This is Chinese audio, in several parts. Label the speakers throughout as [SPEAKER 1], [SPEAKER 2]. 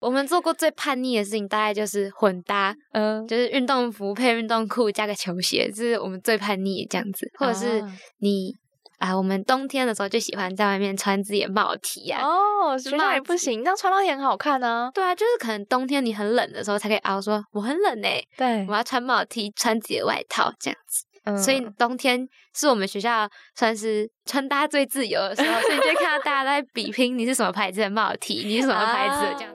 [SPEAKER 1] 我们做过最叛逆的事情，大概就是混搭，
[SPEAKER 2] 嗯，
[SPEAKER 1] 就是运动服配运动裤加个球鞋，这是我们最叛逆这样子，或者是
[SPEAKER 2] 啊
[SPEAKER 1] 你啊我们冬天的时候就喜欢在外面穿自己的帽 T 啊。
[SPEAKER 2] 哦，
[SPEAKER 1] 是
[SPEAKER 2] 学校也
[SPEAKER 1] 帽
[SPEAKER 2] 不行，这样穿到也很好看啊。
[SPEAKER 1] 对啊，就是可能冬天你很冷的时候才可以熬说我很冷哎、
[SPEAKER 2] 对
[SPEAKER 1] 我要穿帽 T，穿自己的外套这样子。所以
[SPEAKER 2] 嗯
[SPEAKER 1] 冬天是我们学校算是穿搭最自由的时候，所以你就会看到大家都在比拼你是什么牌子的帽 T，你是什么牌子的这样。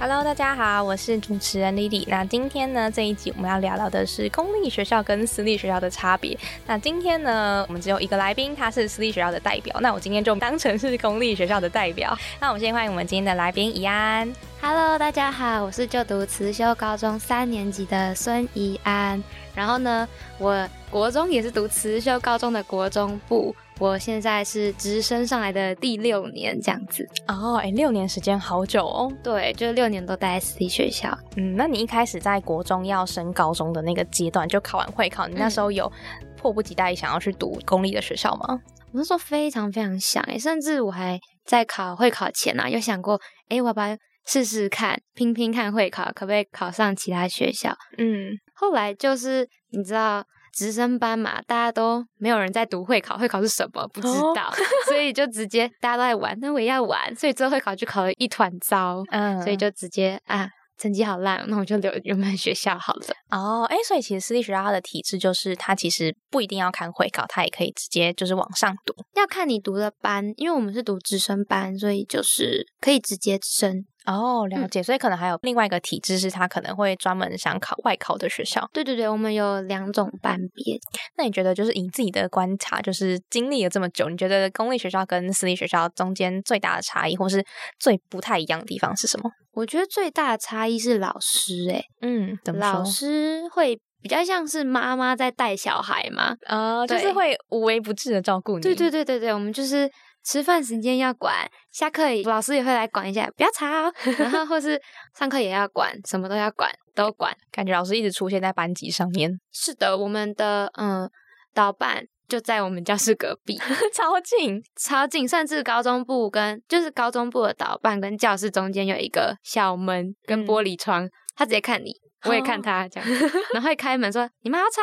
[SPEAKER 2] Hello，大家好，我是主持人 Lily。那今天呢，这一集我们要聊聊的是公立学校跟私立学校的差别。那今天呢，我们只有一个来宾，他是私立学校的代表。那我今天就当成是公立学校的代表。那我们先欢迎我们今天的来宾怡安。
[SPEAKER 1] Hello，大家好，我是就读慈修高中三年级的孙怡安。然后呢，我国中也是读慈修高中的国中部，我现在是直升上来的第六年这样子。
[SPEAKER 2] 哦，哎，六年时间好久哦。
[SPEAKER 1] 对，就六年都待在私立学校。
[SPEAKER 2] 嗯，那你一开始在国中要升高中的那个阶段，就考完会考，你那时候有迫不及待想要去读公立的学校吗？
[SPEAKER 1] 我那时候非常非常想诶，甚至我还在考会考前啊，有想过，诶，我要不要试试看，拼拼看会考可不可以考上其他学校？
[SPEAKER 2] 嗯，
[SPEAKER 1] 后来就是你知道。直升班嘛，大家都没有人在读会考，会考是什么不知
[SPEAKER 2] 哦
[SPEAKER 1] 道， 所以就直接大家都在玩，那我也要玩，所以最后会考就考了一团糟，
[SPEAKER 2] 嗯
[SPEAKER 1] 所以就直接啊成绩好烂，那我就留原本学校好了。
[SPEAKER 2] 哦，哎，所以其实私立学校它的体制就是，它其实不一定要看会考，它也可以直接就是往上读。
[SPEAKER 1] 要看你读的班，因为我们是读直升班，所以就是可以直接升，
[SPEAKER 2] 哦，了
[SPEAKER 1] 嗯
[SPEAKER 2] 解。所以可能还有另外一个体制是，它可能会专门想考外考的学校。
[SPEAKER 1] 对对对，我们有两种班别。
[SPEAKER 2] 那你觉得，就是以自己的观察，就是经历了这么久，你觉得公立学校跟私立学校中间最大的差异，或是最不太一样的地方是什么？
[SPEAKER 1] 我觉得最大的差异是老师、欸，
[SPEAKER 2] 嗯，怎么说？
[SPEAKER 1] 老师会比较像是妈妈在带小孩嘛。
[SPEAKER 2] 呃，就是
[SPEAKER 1] 对
[SPEAKER 2] 会无微不至的照顾你。
[SPEAKER 1] 对对对对对，我们就是吃饭时间要管，下课也老师也会来管一下，不要吵 哦、然后或是上课也要管，什么都要管，都管。
[SPEAKER 2] 感觉老师一直出现在班级上面，
[SPEAKER 1] 是的，我们的嗯导办就在我们教室隔壁，
[SPEAKER 2] 超近。
[SPEAKER 1] 超近，甚至高中部跟就是高中部的导办跟教室中间有一个小门跟
[SPEAKER 2] 嗯
[SPEAKER 1] 玻璃窗，他直接看你，我也
[SPEAKER 2] 哦
[SPEAKER 1] 看他这样，然后会开门说你们好吵，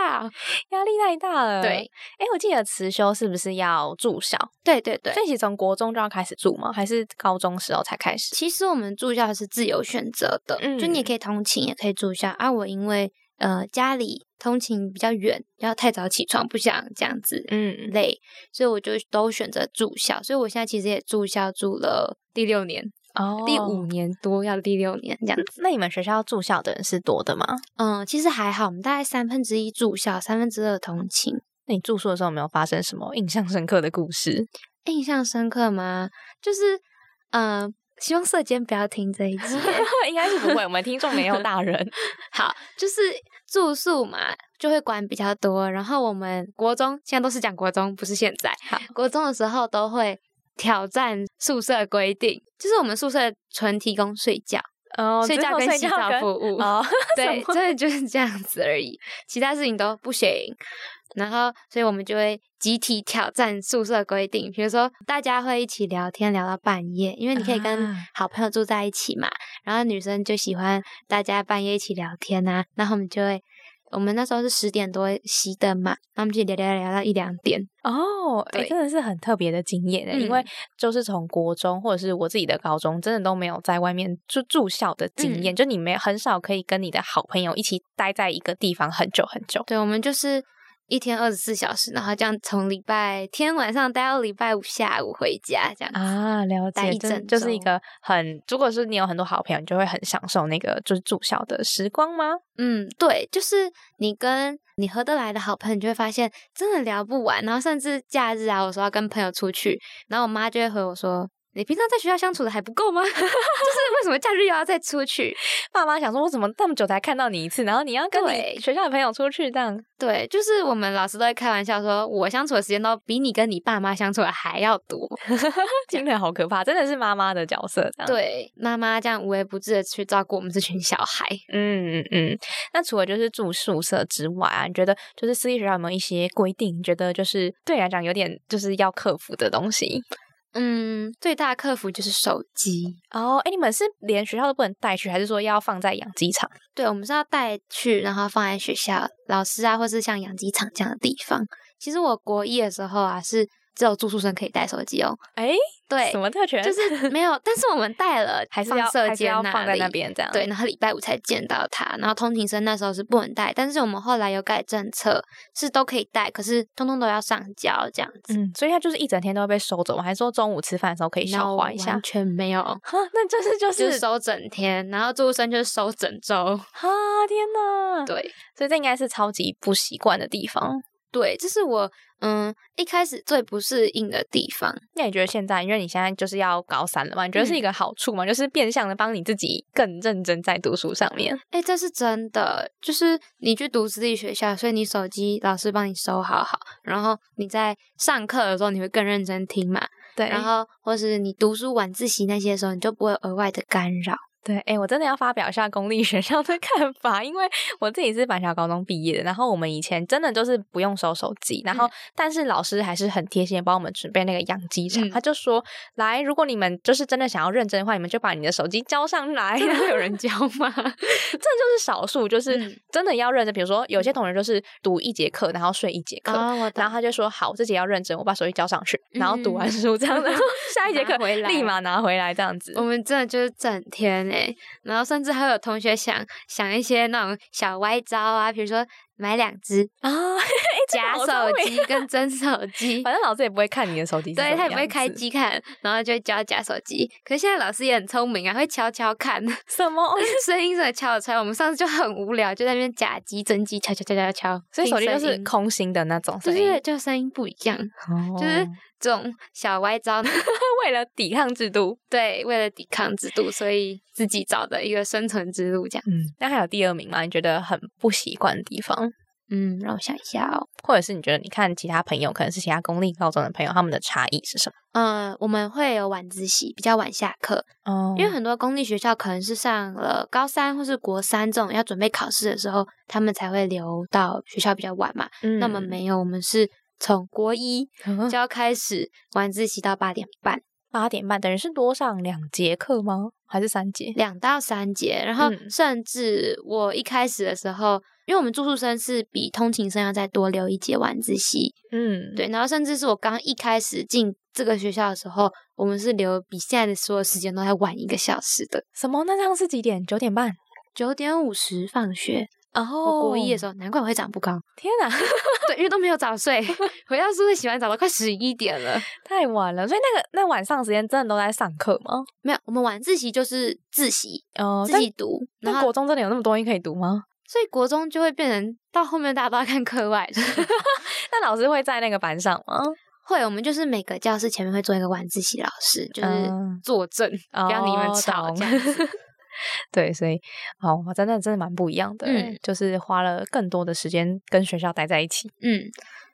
[SPEAKER 2] 压力太大了。
[SPEAKER 1] 对，
[SPEAKER 2] 哎，我记得辞修是不是要住校？
[SPEAKER 1] 对对对
[SPEAKER 2] 所。以其实从国中就要开始住吗？还是高中时候才开始？
[SPEAKER 1] 其实我们住校是自由选择的，
[SPEAKER 2] 嗯
[SPEAKER 1] 就你也可以通勤，也可以住校。啊，我因为呃家里通勤比较远，要太早起床，不想这样子
[SPEAKER 2] 嗯，
[SPEAKER 1] 累，所以我就都选择住校。所以我现在其实也住校住了第六年，
[SPEAKER 2] 哦
[SPEAKER 1] 第五。年多要第六年这样子。
[SPEAKER 2] 那你们学校住校的人是多的吗？
[SPEAKER 1] 嗯，其实还好，我们大概三分之一住校，三分之二同寝。
[SPEAKER 2] 那你住宿的时候有没有发生什么印象深刻的故事？
[SPEAKER 1] 印象深刻吗？就是，嗯、希望社监不要听这一集耶。
[SPEAKER 2] 应该是不会，我们听众没有大人。
[SPEAKER 1] 好，就是住宿嘛，就会管比较多。然后我们国中现在都是讲国中，不是现在。
[SPEAKER 2] 好，
[SPEAKER 1] 国中的时候都会挑战宿舍规定，就是我们宿舍纯提供睡觉、
[SPEAKER 2] 哦
[SPEAKER 1] 睡觉跟洗澡服
[SPEAKER 2] 服
[SPEAKER 1] 务。
[SPEAKER 2] 哦，
[SPEAKER 1] 对，
[SPEAKER 2] 什么
[SPEAKER 1] 真的就是这样子而已，其他事情都不行。然后，所以我们就会集体挑战宿舍规定，比如说大家会一起聊天聊到半夜，因为你可以跟
[SPEAKER 2] 啊
[SPEAKER 1] 好朋友住在一起嘛。然后女生就喜欢大家半夜一起聊天呐、然后我们就会，我们那时候是十点多熄灯嘛，然后我们就聊聊聊到一两点。
[SPEAKER 2] 哦，哎、
[SPEAKER 1] 对
[SPEAKER 2] 真的是很特别的经验哎、因为
[SPEAKER 1] 嗯
[SPEAKER 2] 就是从国中或者是我自己的高中，真的都没有在外面住住校的经
[SPEAKER 1] 嗯
[SPEAKER 2] 验，就你没很少可以跟你的好朋友一起待在一个地方很久很久。
[SPEAKER 1] 对，我们就是一天二十四小时，然后这样从礼拜天晚上待到礼拜五下午回家，这样子。
[SPEAKER 2] 啊，了
[SPEAKER 1] 待
[SPEAKER 2] 解，
[SPEAKER 1] 一
[SPEAKER 2] 真
[SPEAKER 1] 整
[SPEAKER 2] 就是一
[SPEAKER 1] 周
[SPEAKER 2] 个很，如果是你有很多好朋友，你就会很享受那个就是住校的时光吗？
[SPEAKER 1] 嗯，对，就是你跟你合得来的好朋友，你就会发现真的聊不完。然后甚至假日啊，我说要跟朋友出去，然后我妈就会回我说：“你平常在学校相处的还不够吗？ 就是为什么假日又要再出去？
[SPEAKER 2] 爸妈想说，我怎么那么久才看到你一次，然后你要跟你
[SPEAKER 1] 对
[SPEAKER 2] 学校的朋友出去这样？
[SPEAKER 1] 对，就是我们老师都会开玩笑说，我相处的时间都比你跟你爸妈相处的还要多。
[SPEAKER 2] 听着好可怕，真的是妈妈的角色这样。，
[SPEAKER 1] 对，妈妈这样无微不至的去照顾我们这群小孩。
[SPEAKER 2] 嗯嗯嗯。那除了就是住宿舍之外啊，你觉得就是私立学校有没有一些规定？你觉得就是对你来讲有点就是要克服的东西？
[SPEAKER 1] 嗯，最大的克服就是手机。
[SPEAKER 2] 哦，哎，你们是连学校都不能带去，还是说要放在养鸡场？
[SPEAKER 1] 对，我们是要带去，然后放在学校老师啊，或是像养鸡场这样的地方。其实我国一的时候啊，是只有住宿生可以带手机哦。
[SPEAKER 2] 哎，
[SPEAKER 1] 对
[SPEAKER 2] 什，么特权？，
[SPEAKER 1] 就是没有，但是我们带了
[SPEAKER 2] 还是
[SPEAKER 1] 放
[SPEAKER 2] 要
[SPEAKER 1] 射
[SPEAKER 2] 还是
[SPEAKER 1] 间
[SPEAKER 2] 要放在那
[SPEAKER 1] 里。
[SPEAKER 2] 边这样？
[SPEAKER 1] 对，然后礼拜五才见到他，然后通勤生那时候是不能带，但是我们后来有改政策，是都可以带，可是通通都要上交这样子。
[SPEAKER 2] 嗯，所以他就是一整天都会被收走吗，还是说中午吃饭的时候可以消
[SPEAKER 1] No，
[SPEAKER 2] 化一下
[SPEAKER 1] 完？全没有，
[SPEAKER 2] 哈， 那就是就
[SPEAKER 1] 就是是收整天，然后住宿生就是收整周。
[SPEAKER 2] 哈，啊天哪！
[SPEAKER 1] 对
[SPEAKER 2] 所以这应该是超级不习惯的地方。
[SPEAKER 1] 对，这是我嗯一开始最不适应的地方。
[SPEAKER 2] 那你觉得现在，因为你现在就是要高三了嘛，你觉得是一个好处吗？就是变相的帮你自己更认真在读书上面。
[SPEAKER 1] 哎，这是真的，就是你去读私立学校，所以你手机老师帮你收好好，然后你在上课的时候你会更认真听嘛，
[SPEAKER 2] 对然
[SPEAKER 1] 然
[SPEAKER 2] 后
[SPEAKER 1] 后或是你读书晚自习那些时候，你就不会额外的干扰。
[SPEAKER 2] 对，哎、我真的要发表一下公立学校的看法，因为我自己是板桥高中毕业的，然后我们以前真的就是不用收手机，然后、
[SPEAKER 1] 嗯
[SPEAKER 2] 但是老师还是很贴心的帮我们准备那个养鸡场，
[SPEAKER 1] 嗯
[SPEAKER 2] 他就说，来，如果你们就是真的想要认真的话，你们就把你的手机交上来，然后有人教吗？ 这就是少数，就是
[SPEAKER 1] 嗯
[SPEAKER 2] 真的要认真，比如说有些同学就是读一节课，然后睡一节课，
[SPEAKER 1] 哦，我
[SPEAKER 2] 然后他就说：“好，我自己要认真，我把手机交上去，然后读完书这 样子，然后下一节课
[SPEAKER 1] 嗯拿回来哦
[SPEAKER 2] 立马拿回来这样子。
[SPEAKER 1] 我们真的就是整天哎、然后甚至还有同学想想一些那种小歪招啊，比如说买两只
[SPEAKER 2] 啊，
[SPEAKER 1] 假手
[SPEAKER 2] 好聪明
[SPEAKER 1] 机跟真手机，
[SPEAKER 2] 反正老师也不会看你的手机，
[SPEAKER 1] 对他也不会开
[SPEAKER 2] 机。
[SPEAKER 1] 机看，然后就会教假手机。可是现在老师也很聪明啊，会悄悄 看，
[SPEAKER 2] 什 么？哦
[SPEAKER 1] 声音真的敲得出来。我们上次就很无聊，就在那边假机真机敲敲敲敲敲，
[SPEAKER 2] 所以手机就
[SPEAKER 1] 听声
[SPEAKER 2] 是
[SPEAKER 1] 音
[SPEAKER 2] 空心的那种
[SPEAKER 1] 就
[SPEAKER 2] 声音，
[SPEAKER 1] 是就声音不一样，
[SPEAKER 2] 哦
[SPEAKER 1] 就是这种小歪招呢，
[SPEAKER 2] 为了抵抗制度。
[SPEAKER 1] 对，为了抵抗制度，所以自己找的一个生存之路这样。
[SPEAKER 2] 嗯，那还有第二名吗？你觉得很不习惯的地方，
[SPEAKER 1] 嗯，让我想一下哦。
[SPEAKER 2] 或者是你觉得你看其他朋友，可能是其他公立高中的朋友，他们的差异是什么？
[SPEAKER 1] 嗯，我们会有晚自习，比较晚下课，
[SPEAKER 2] 哦
[SPEAKER 1] 因为很多公立学校可能是上了高三或是国三这种要准备考试的时候，他们才会留到学校比较晚嘛。
[SPEAKER 2] 为
[SPEAKER 1] 那我们没有，我们是从国一
[SPEAKER 2] 嗯
[SPEAKER 1] 就要开始晚自习到八点半，
[SPEAKER 2] 八点半，等于是多上两节课吗？还是三节？
[SPEAKER 1] 两到三节。然后
[SPEAKER 2] 嗯
[SPEAKER 1] 甚至我一开始的时候，因为我们住宿生是比通勤生要再多留一节晚自习，
[SPEAKER 2] 嗯，
[SPEAKER 1] 对。然后甚至是我刚一开始进这个学校的时候，我们是留比现在的所有时间都还晚一个小时的，
[SPEAKER 2] 什么？那这样是几点？九点半。
[SPEAKER 1] 九点五十放学。
[SPEAKER 2] 然后
[SPEAKER 1] 我国一的
[SPEAKER 2] 候，
[SPEAKER 1] 时候，难怪我会长不高。
[SPEAKER 2] 天哪，
[SPEAKER 1] 哦对，因为都没有早睡，回到宿舍洗完澡都快十一点了。
[SPEAKER 2] 太晚了。所以那个那晚上时间真的都在上课吗？
[SPEAKER 1] 没有，我们晚自习就是自习，
[SPEAKER 2] 哦
[SPEAKER 1] 呃自己读，然
[SPEAKER 2] 那
[SPEAKER 1] 后
[SPEAKER 2] 国中真的有那么多东西可以读吗？
[SPEAKER 1] 所以国中就会变成到后面大家都要看课外的。
[SPEAKER 2] 那老师会在那个班上吗？
[SPEAKER 1] 会，我们就是每个教室前面会做一个晚自习老师，就是
[SPEAKER 2] 嗯
[SPEAKER 1] 坐正，不要你们
[SPEAKER 2] 哦
[SPEAKER 1] 吵
[SPEAKER 2] 懂
[SPEAKER 1] 这样子。
[SPEAKER 2] 对，所以哦，我真的真的蛮不一样的，
[SPEAKER 1] 嗯
[SPEAKER 2] 就是花了更多的时间跟学校待在一起。
[SPEAKER 1] 嗯，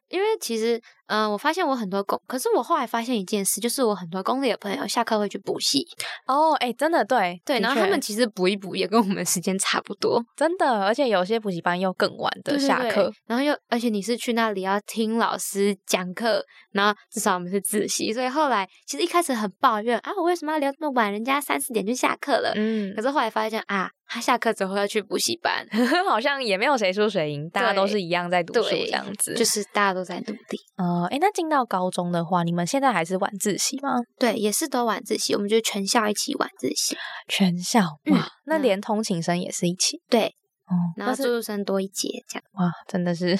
[SPEAKER 1] 因为其实，嗯、我发现我很多公，可是我后来发现一件事，就是我很多公立的朋友下课会去补习，
[SPEAKER 2] 哦，哎，真的对
[SPEAKER 1] 对，
[SPEAKER 2] 的
[SPEAKER 1] 然后他
[SPEAKER 2] 确
[SPEAKER 1] 们其实补一补也跟我们时间差不多，
[SPEAKER 2] 真的，而且有些补习班又更晚的
[SPEAKER 1] 对对
[SPEAKER 2] 下
[SPEAKER 1] 对
[SPEAKER 2] 课，
[SPEAKER 1] 然后又而且你是去那里要听老师讲课，然后至少我们是自习，所以后来其实一开始很抱怨啊，我为什么要留那么晚？人家三四点就下课了。
[SPEAKER 2] 嗯
[SPEAKER 1] 可，是后来发现啊，他下课之后要去补习班，
[SPEAKER 2] 好像也没有谁输谁赢，大家都是一样在读书
[SPEAKER 1] 对
[SPEAKER 2] 这样子。
[SPEAKER 1] 就是大家都在努力。
[SPEAKER 2] 呃，哎，那进到高中的话，你们现在还是晚自习吗？
[SPEAKER 1] 对，也是都晚自习，我们就全校一起晚自习。
[SPEAKER 2] 全校
[SPEAKER 1] 嗯
[SPEAKER 2] 哇，那
[SPEAKER 1] 那
[SPEAKER 2] 连通勤生也是一起
[SPEAKER 1] 对，
[SPEAKER 2] 哦，
[SPEAKER 1] 然后
[SPEAKER 2] 那
[SPEAKER 1] 住
[SPEAKER 2] 是
[SPEAKER 1] 宿生多一节这样。
[SPEAKER 2] 哇，真 的是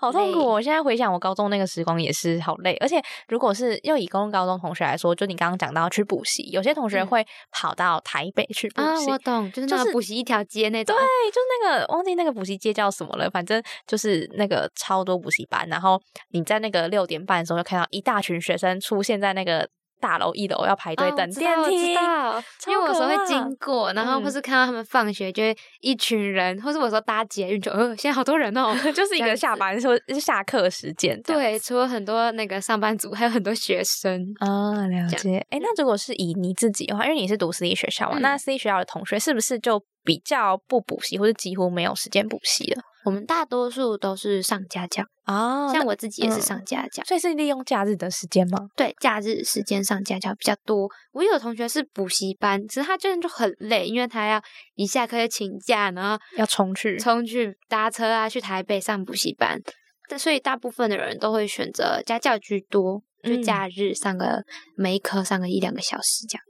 [SPEAKER 2] 好痛苦哦。
[SPEAKER 1] 累
[SPEAKER 2] 我现在回想我高中那个时光也是好累，而且如果是又以高中高中同学来说，就你刚刚讲到去补习，有些同学
[SPEAKER 1] 嗯
[SPEAKER 2] 会跑到台北去补
[SPEAKER 1] 啊，
[SPEAKER 2] 习。
[SPEAKER 1] 我懂，就是
[SPEAKER 2] 哦就
[SPEAKER 1] 那
[SPEAKER 2] 是
[SPEAKER 1] 个补习一条街那种。
[SPEAKER 2] 对，就那个忘记那个补习街叫什么了，反正就是那个超多补习班，然后你在那个六点半的时候就看到一大群学生出现在那个大楼一楼要排队
[SPEAKER 1] 哦
[SPEAKER 2] 等
[SPEAKER 1] 我知
[SPEAKER 2] 电
[SPEAKER 1] 道我
[SPEAKER 2] 梯
[SPEAKER 1] 知，道，因为
[SPEAKER 2] 超
[SPEAKER 1] 我有时候
[SPEAKER 2] 可
[SPEAKER 1] 会
[SPEAKER 2] 怕
[SPEAKER 1] 经过，然后或
[SPEAKER 2] 嗯
[SPEAKER 1] 是看到他们放学，就会一群人，或是我有时候搭捷运就，呃，现在好多人 哦。
[SPEAKER 2] 就是一
[SPEAKER 1] 这
[SPEAKER 2] 个
[SPEAKER 1] 样
[SPEAKER 2] 下
[SPEAKER 1] 子
[SPEAKER 2] 班或下课时间。这样
[SPEAKER 1] 对，除了很多那个上班族，还有很多学生。
[SPEAKER 2] 啊，了
[SPEAKER 1] 这样
[SPEAKER 2] 解。哎，那如果是以你自己的话，因为你是读私立学校嘛，那私立学校的同学是不是就比较不补习，或者几乎没有时间补习了？
[SPEAKER 1] 我们大多数都是上家教，
[SPEAKER 2] 啊
[SPEAKER 1] 像我自己也是
[SPEAKER 2] 嗯
[SPEAKER 1] 上家教，
[SPEAKER 2] 所以是利用假日的时间吗？
[SPEAKER 1] 对，假日时间上家教比较多。我有同学是补习班，只是他真的就很累，因为他要一下课就请假，然后
[SPEAKER 2] 要冲去
[SPEAKER 1] 冲去搭车啊，去台北上补习班。但所以大部分的人都会选择家教居多，就
[SPEAKER 2] 嗯
[SPEAKER 1] 假日上个、每一科上个一两个小时这样。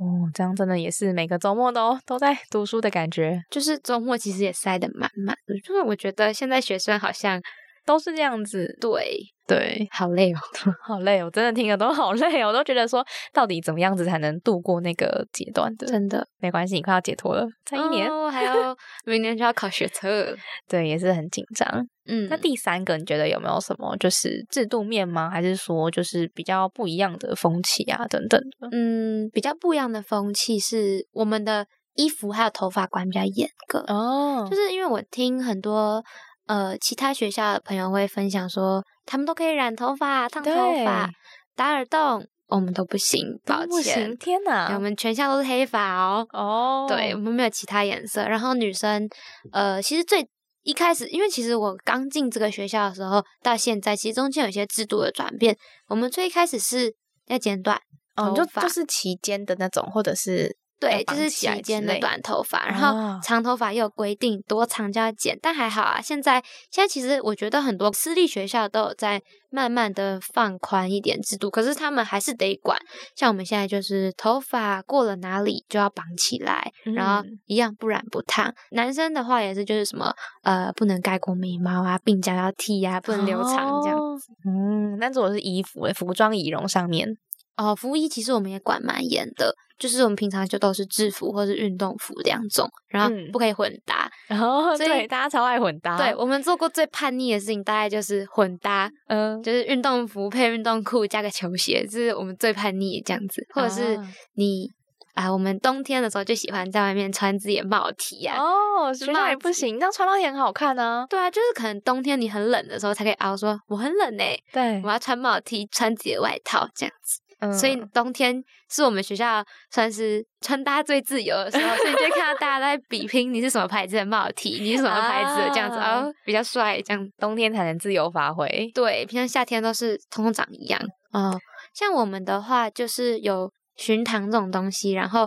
[SPEAKER 2] 哦，这样真的也是每个周末都都在读书的感觉，
[SPEAKER 1] 就是周末其实也塞得满满的，就是我觉得现在学生好像
[SPEAKER 2] 都是这样子。
[SPEAKER 1] 对
[SPEAKER 2] 对，
[SPEAKER 1] 好累哦。
[SPEAKER 2] 好累哦，我真的听了都好累哦，我都觉得说到底怎么样子才能度过那个阶段的？
[SPEAKER 1] 真的，
[SPEAKER 2] 没关系，你快要解脱了，才一年，
[SPEAKER 1] 哦、还有明年就要考学测了。
[SPEAKER 2] 对，也是很紧张。
[SPEAKER 1] 嗯，
[SPEAKER 2] 那第三个，你觉得有没有什么就是制度面吗？还是说就是比较不一样的风气啊等等的？
[SPEAKER 1] 嗯比较不一样的风气是我们的衣服还有头发管比较严格，
[SPEAKER 2] 哦
[SPEAKER 1] 就是因为我听很多呃其他学校的朋友会分享说，他们都可以染头发、烫头发
[SPEAKER 2] 对、
[SPEAKER 1] 打耳洞，我们都不行，抱
[SPEAKER 2] 不
[SPEAKER 1] 歉
[SPEAKER 2] 行，，天哪！
[SPEAKER 1] 对我们全校都是黑发哦。
[SPEAKER 2] 哦，
[SPEAKER 1] 对，我们没有其他颜色。然后女生，
[SPEAKER 2] 嗯
[SPEAKER 1] 呃，其实最一开始，因为其实我刚进这个学校的时候，到现在，其实中间有一些制度的转变。我们最一开始是要剪短，
[SPEAKER 2] 哦，
[SPEAKER 1] 头
[SPEAKER 2] 就
[SPEAKER 1] 发
[SPEAKER 2] 就是期间的那种，或者是要
[SPEAKER 1] 对，就
[SPEAKER 2] 绑
[SPEAKER 1] 是
[SPEAKER 2] 起
[SPEAKER 1] 齐
[SPEAKER 2] 来之
[SPEAKER 1] 肩的
[SPEAKER 2] 类
[SPEAKER 1] 短头发，然后
[SPEAKER 2] 哦
[SPEAKER 1] 长头发也有规定多长就要剪，但还好啊。现在现在其实我觉得很多私立学校都有在慢慢的放宽一点制度，可是他们还是得管。像我们现在就是头发过了哪里就要绑起来，然后
[SPEAKER 2] 嗯
[SPEAKER 1] 一样不染不烫。男生的话也是就是什么呃不能盖过眉毛啊，鬓角要剃啊，不能留长这样。
[SPEAKER 2] 哦嗯，但是我是衣服诶，服装仪容上 面，
[SPEAKER 1] 哦，服役其实我们也管蛮严的，就是我们平常就都是制服或是运动服两种，然后
[SPEAKER 2] 嗯啊
[SPEAKER 1] 不可以混搭。
[SPEAKER 2] 然后
[SPEAKER 1] 所以
[SPEAKER 2] 哦对大家超爱混搭，
[SPEAKER 1] 对，我们做过最叛逆的事情，大概就是混搭，
[SPEAKER 2] 嗯，
[SPEAKER 1] 就是运动服配运动裤加个球鞋，这是我们最叛逆这样子，或者是
[SPEAKER 2] 啊
[SPEAKER 1] 你啊我们冬天的时候就喜欢在外面穿自己的帽 T 啊。
[SPEAKER 2] 哦，学校也
[SPEAKER 1] 帽
[SPEAKER 2] 不
[SPEAKER 1] 子
[SPEAKER 2] 行，这样穿到也很好看啊，
[SPEAKER 1] 对啊，就是可能冬天你很冷的时候才可以熬说我很冷呢、
[SPEAKER 2] 对
[SPEAKER 1] 我要穿帽 T，穿自己的外套这样子。所以
[SPEAKER 2] 嗯
[SPEAKER 1] 冬天是我们学校算是穿搭最自由的时候，所以你就会看到大家都在比拼你是什么牌子的帽 T，你是什么牌子的这样子，
[SPEAKER 2] 啊
[SPEAKER 1] 哦，比较帅这样。
[SPEAKER 2] 冬天才能自由发挥，
[SPEAKER 1] 对，平常夏天都是通通长一样。哦，像我们的话就是有巡堂这种东西，然后。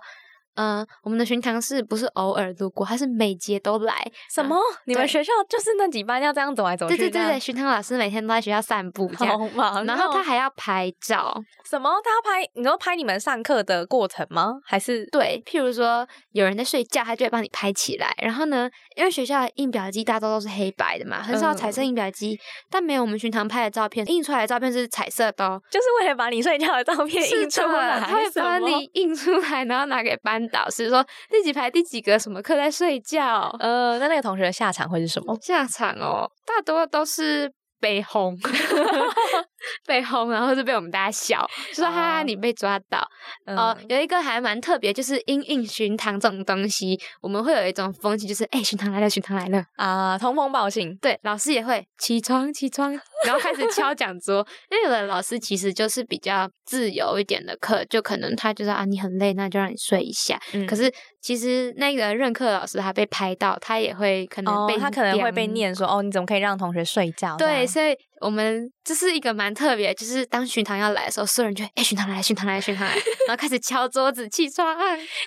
[SPEAKER 1] 嗯，我们的巡堂是不是偶尔路过？它是每节都来。
[SPEAKER 2] 什么？你们
[SPEAKER 1] 对
[SPEAKER 2] 学校就是那几班要这样走来走去？
[SPEAKER 1] 对对对对，巡堂老师每天都在学校散步这
[SPEAKER 2] 那样，
[SPEAKER 1] 样，
[SPEAKER 2] 好忙哦。
[SPEAKER 1] 然后他还要拍照。
[SPEAKER 2] 什么？他要拍？你说拍你们上课的过程吗？还是
[SPEAKER 1] 对，譬如说有人在睡觉，他就会帮你拍起来。然后呢，因为学校的印表机大多都是黑白的嘛，很少彩色
[SPEAKER 2] 嗯
[SPEAKER 1] 印表机，但没有我们寻常拍的照片，印出来的照片是彩色的哦。
[SPEAKER 2] 就是为了把你睡觉的照片
[SPEAKER 1] 是
[SPEAKER 2] 印出
[SPEAKER 1] 的
[SPEAKER 2] 来？
[SPEAKER 1] 他会
[SPEAKER 2] 什
[SPEAKER 1] 把
[SPEAKER 2] 么
[SPEAKER 1] 你印出来，然后拿给班导师说第几排第几个什么课在睡觉。
[SPEAKER 2] 呃，那那个同学的下场会是什么？
[SPEAKER 1] 下场哦，大多都是被轰， 被轰，然后是被我们大家笑，就说哈哈
[SPEAKER 2] 哦
[SPEAKER 1] 你被抓到。 哦、
[SPEAKER 2] 嗯
[SPEAKER 1] 有一个还蛮特别，就是因应巡堂这种东西，我们会有一种风气，就是哎、巡堂来了，巡堂来了。
[SPEAKER 2] 啊，通风报信。
[SPEAKER 1] 对，老师也会起床，起床，然后开始敲讲桌。因为有的老师其实就是比较自由一点的课，就可能他就说啊，你很累，那就让你睡一下。
[SPEAKER 2] 嗯
[SPEAKER 1] 可是其实那个任课老师他被拍到，他也会可能
[SPEAKER 2] 哦
[SPEAKER 1] 被、，
[SPEAKER 2] 他可能会被。念说哦，你怎么可以让同学睡觉？
[SPEAKER 1] 对，所以我们这是一个蛮特别，就是当巡堂要来的时候，所有人就会哎、巡堂来，巡堂来，巡堂来，然后开始敲桌子，起床啊，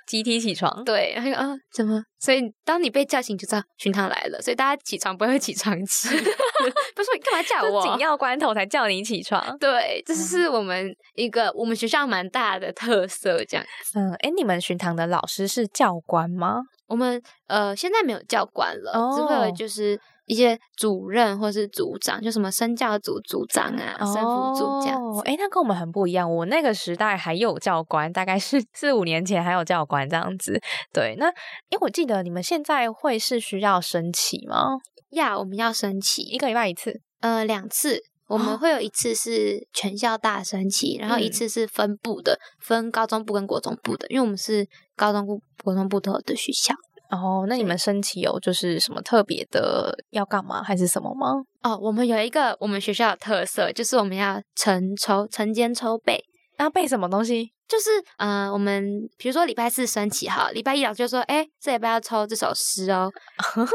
[SPEAKER 2] 集体起 床。
[SPEAKER 1] 对，然后就啊，怎么？所以当你被叫醒，就知道巡堂来了。所以大家起床不会有起床气， 不是说你干嘛叫
[SPEAKER 2] 就
[SPEAKER 1] 我
[SPEAKER 2] 紧？要嗯关头才叫你起床。
[SPEAKER 1] 对，这是我们一个我们学校蛮大的特色。这样，
[SPEAKER 2] 嗯，哎，你们巡堂的老师是教官吗？
[SPEAKER 1] 我们呃现在没有教官了，只会
[SPEAKER 2] 哦
[SPEAKER 1] 有就是一些主任或是组长，就什么生教组组长啊、生辅组这样子。
[SPEAKER 2] 哦哎、诶那跟我们很不一样。我那个时代还有教官，大概是四五年前还有教官这样子。对，那因为我记得你们现在会是需要升旗吗？
[SPEAKER 1] 呀，我们要升旗
[SPEAKER 2] 一个礼拜一次
[SPEAKER 1] 呃两次。我们会有一次是全校大升旗，然后一次是分部的，分高中部跟国中部的，因为我们是高中部、国中部都有的学校。
[SPEAKER 2] 哦，那你们升旗有就是什么特别的要干嘛还是什么吗？
[SPEAKER 1] 哦，我们有一个我们学校的特色，就是我们要晨抽、晨间抽背。
[SPEAKER 2] 要背什么东西？
[SPEAKER 1] 就是呃，我们比如说礼拜四升旗哈，礼拜一老师就说，哎、这礼拜要抽这首诗哦，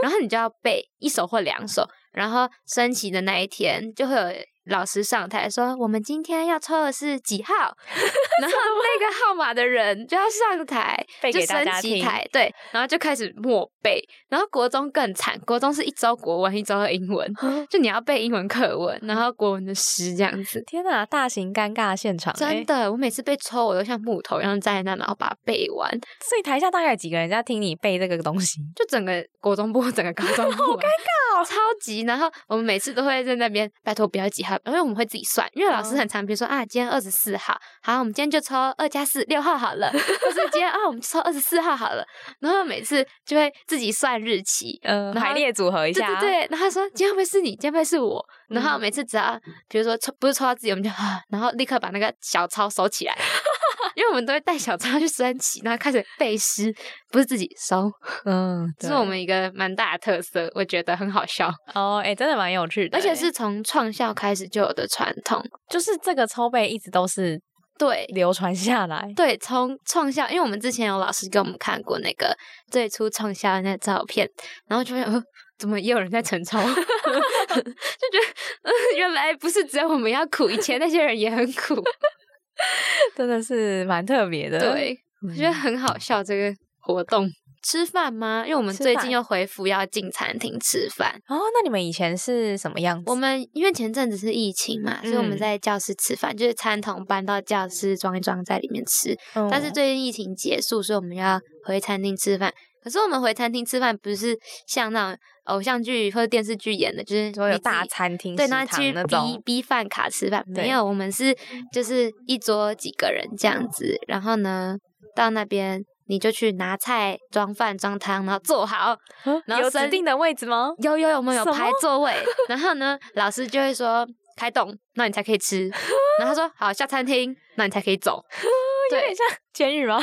[SPEAKER 1] 然后你就要背一首或两首，然后升旗的那一天就会有老师上台说，我们今天要抽的是几 号，然后那个号码的人就要上台
[SPEAKER 2] 背
[SPEAKER 1] 就
[SPEAKER 2] 给大
[SPEAKER 1] 升
[SPEAKER 2] 家
[SPEAKER 1] 旗
[SPEAKER 2] 听。
[SPEAKER 1] 台对，然后就开始默背，然后国中更惨，国中是一周国文一周英文， 就你要背英文课文，然后国文的诗这样子。
[SPEAKER 2] 天哪、大型尴尬现场、欸，
[SPEAKER 1] 真的，我每次被抽，我都像木头一样站在那，然后把它背完。
[SPEAKER 2] 所以台下大概有几个人在听你背这个东西？
[SPEAKER 1] 就整个国中部、 整个高中部、好尴尬、哦超级。然后我们每次都会在那边拜托不要几号，因为我们会自己算，因为老师很常比如说啊，今天二十四号，好，我们今天就抽二加四六号好了，或是今天啊，我们就抽二十四号好了。然后每次就会自己算日期。
[SPEAKER 2] 呃，
[SPEAKER 1] 然后
[SPEAKER 2] 排列组合一
[SPEAKER 1] 对对
[SPEAKER 2] 下，啊
[SPEAKER 1] 对，然后他说今天会不会是你，今天会不会是我？然后
[SPEAKER 2] 嗯
[SPEAKER 1] 每次只要比如说抽不是抽到自己，我们就啊，然后立刻把那个小抄收起来， 因为我们都会带小抄去升旗，然后开始背诗，不是自己收。
[SPEAKER 2] 嗯，
[SPEAKER 1] 这
[SPEAKER 2] 对
[SPEAKER 1] 是我们一个蛮大的特色，我觉得很好笑，
[SPEAKER 2] 哦，哎、真的蛮有趣的
[SPEAKER 1] 而
[SPEAKER 2] 欸、
[SPEAKER 1] 且是从创校开始就有的传统。
[SPEAKER 2] 就是这个抽背一直都是
[SPEAKER 1] 对
[SPEAKER 2] 流传下来，
[SPEAKER 1] 对，从创校，因为我们之前有老师给我们看过那个最初创校的那个照片，然后就会、呃、怎么也有人在晨 操，就觉得、呃、原来不是只有我们要苦，以前那些人也很 苦。
[SPEAKER 2] 真的是蛮特别的。
[SPEAKER 1] 对，
[SPEAKER 2] 嗯，
[SPEAKER 1] 我觉得很好笑这个活动。吃饭吗？因为我们
[SPEAKER 2] 吃
[SPEAKER 1] 最
[SPEAKER 2] 饭
[SPEAKER 1] 近又恢复要进餐厅吃饭。
[SPEAKER 2] 哦，那你们以前是什么样子？
[SPEAKER 1] 我们因为前阵子是疫情嘛，所以我们
[SPEAKER 2] 嗯
[SPEAKER 1] 在教室吃饭，就是餐桶搬到教室装一装，在里面吃。
[SPEAKER 2] 嗯
[SPEAKER 1] 但是最近疫情结束，所以我们要回餐厅吃饭。可是我们回餐厅吃饭，不是像那种偶像剧或者电视剧演的，就是
[SPEAKER 2] 所有
[SPEAKER 1] 你自
[SPEAKER 2] 大
[SPEAKER 1] 己
[SPEAKER 2] 餐厅
[SPEAKER 1] 对，
[SPEAKER 2] 食
[SPEAKER 1] 那
[SPEAKER 2] 堂
[SPEAKER 1] 去
[SPEAKER 2] 那
[SPEAKER 1] 逼
[SPEAKER 2] 种
[SPEAKER 1] 逼饭卡吃饭，
[SPEAKER 2] 对
[SPEAKER 1] 没有，我们是就是一桌几个人这样子，然后呢，到那边你就去拿菜、装饭、装汤，然后坐好，
[SPEAKER 2] 嗯
[SPEAKER 1] 然后
[SPEAKER 2] 有指
[SPEAKER 1] 生
[SPEAKER 2] 定的位置吗？
[SPEAKER 1] 有有有，我们有
[SPEAKER 2] 什么
[SPEAKER 1] 排座 位，然后呢，老师就会说开动，那你才可以吃。然后他说好下餐厅，那你才可以走。
[SPEAKER 2] 有点
[SPEAKER 1] 对，
[SPEAKER 2] 像监 狱吗？。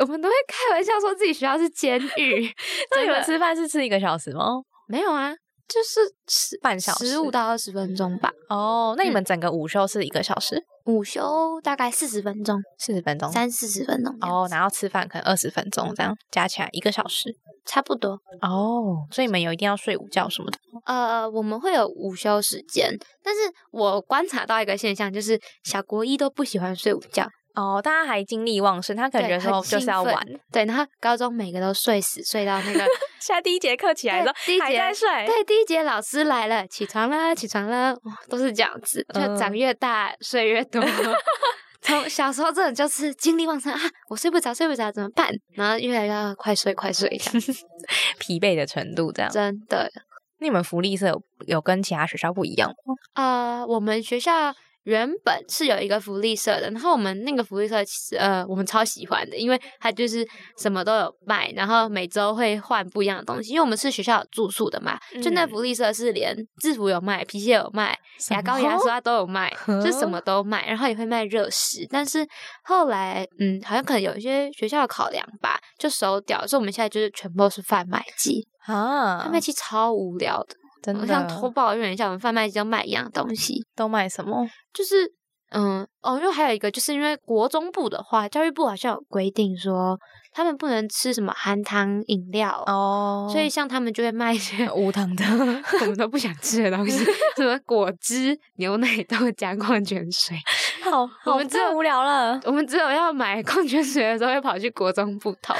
[SPEAKER 1] 我们都会开玩笑说自己学校是监狱
[SPEAKER 2] 那你们
[SPEAKER 1] 真的
[SPEAKER 2] 吃饭是吃一个小时吗？
[SPEAKER 1] 没有啊？就是十
[SPEAKER 2] 半小时
[SPEAKER 1] 十五到二十分钟吧。
[SPEAKER 2] 哦，那你们整个午休是一个小时，
[SPEAKER 1] 午休大概四十分钟，
[SPEAKER 2] 四十分钟。
[SPEAKER 1] 三四十分钟这样
[SPEAKER 2] 哦，然后吃饭可能二十分钟这样，加起来一个小时。
[SPEAKER 1] 差不多。
[SPEAKER 2] 哦，所以你们有一定要睡午觉什么的。
[SPEAKER 1] 呃，我们会有午休时间，但是我观察到一个现象，就是小国一都不喜欢睡午觉，
[SPEAKER 2] 哦，大家还精力旺盛，他可能
[SPEAKER 1] 对
[SPEAKER 2] 觉得说
[SPEAKER 1] 很
[SPEAKER 2] 就是
[SPEAKER 1] 兴
[SPEAKER 2] 要
[SPEAKER 1] 奋
[SPEAKER 2] 玩。
[SPEAKER 1] 对，然后高中每个都睡死，睡到那个
[SPEAKER 2] 现在第一节课起来
[SPEAKER 1] 对
[SPEAKER 2] 了，
[SPEAKER 1] 第一
[SPEAKER 2] 还
[SPEAKER 1] 节
[SPEAKER 2] 在睡。
[SPEAKER 1] 对，第一节老师来了，起床啦，起床啦，哇都是这样子，就
[SPEAKER 2] 嗯
[SPEAKER 1] 长越大、睡越多。 从小时候这种就是精力旺盛啊，我睡不着，睡不着怎么办？然后越来越快睡，快睡，这样
[SPEAKER 2] 疲惫的程度这样。
[SPEAKER 1] 真的。
[SPEAKER 2] 那你们福利社有有跟其他学校不一样吗？
[SPEAKER 1] 呃，我们学校原本是有一个福利社的，然后我们那个福利社其实呃，我们超喜欢的，因为它就是什么都有卖，然后每周会换不一样的东西。因为我们是学校有住宿的嘛，就那
[SPEAKER 2] 嗯
[SPEAKER 1] 福利社是连制服有卖，皮鞋有卖，牙膏、牙 刷都有卖，就什么都卖，然后也会卖热食。但是后来，嗯，好像可能有一些学校的考量吧，就收掉，所以我们现在就是全部都是贩卖机，
[SPEAKER 2] 啊
[SPEAKER 1] 贩？卖机超无聊嗯的。
[SPEAKER 2] 真
[SPEAKER 1] 我
[SPEAKER 2] 的
[SPEAKER 1] 想偷抱怨一下，我们贩卖机都卖一样东西，
[SPEAKER 2] 都卖什么？
[SPEAKER 1] 就是嗯哦，又还有一个，就是因为国中部的话，教育部好像有规定说，他们不能吃什么含糖饮料，
[SPEAKER 2] 哦
[SPEAKER 1] 所以像他们就会卖一些
[SPEAKER 2] 无糖的
[SPEAKER 1] 我们都不想吃的东西， 什么果汁、牛奶、豆浆、矿泉水。
[SPEAKER 2] 好，
[SPEAKER 1] 我们只有
[SPEAKER 2] 太无聊了。
[SPEAKER 1] 我们只有要买矿泉水的时候会跑去国中部投，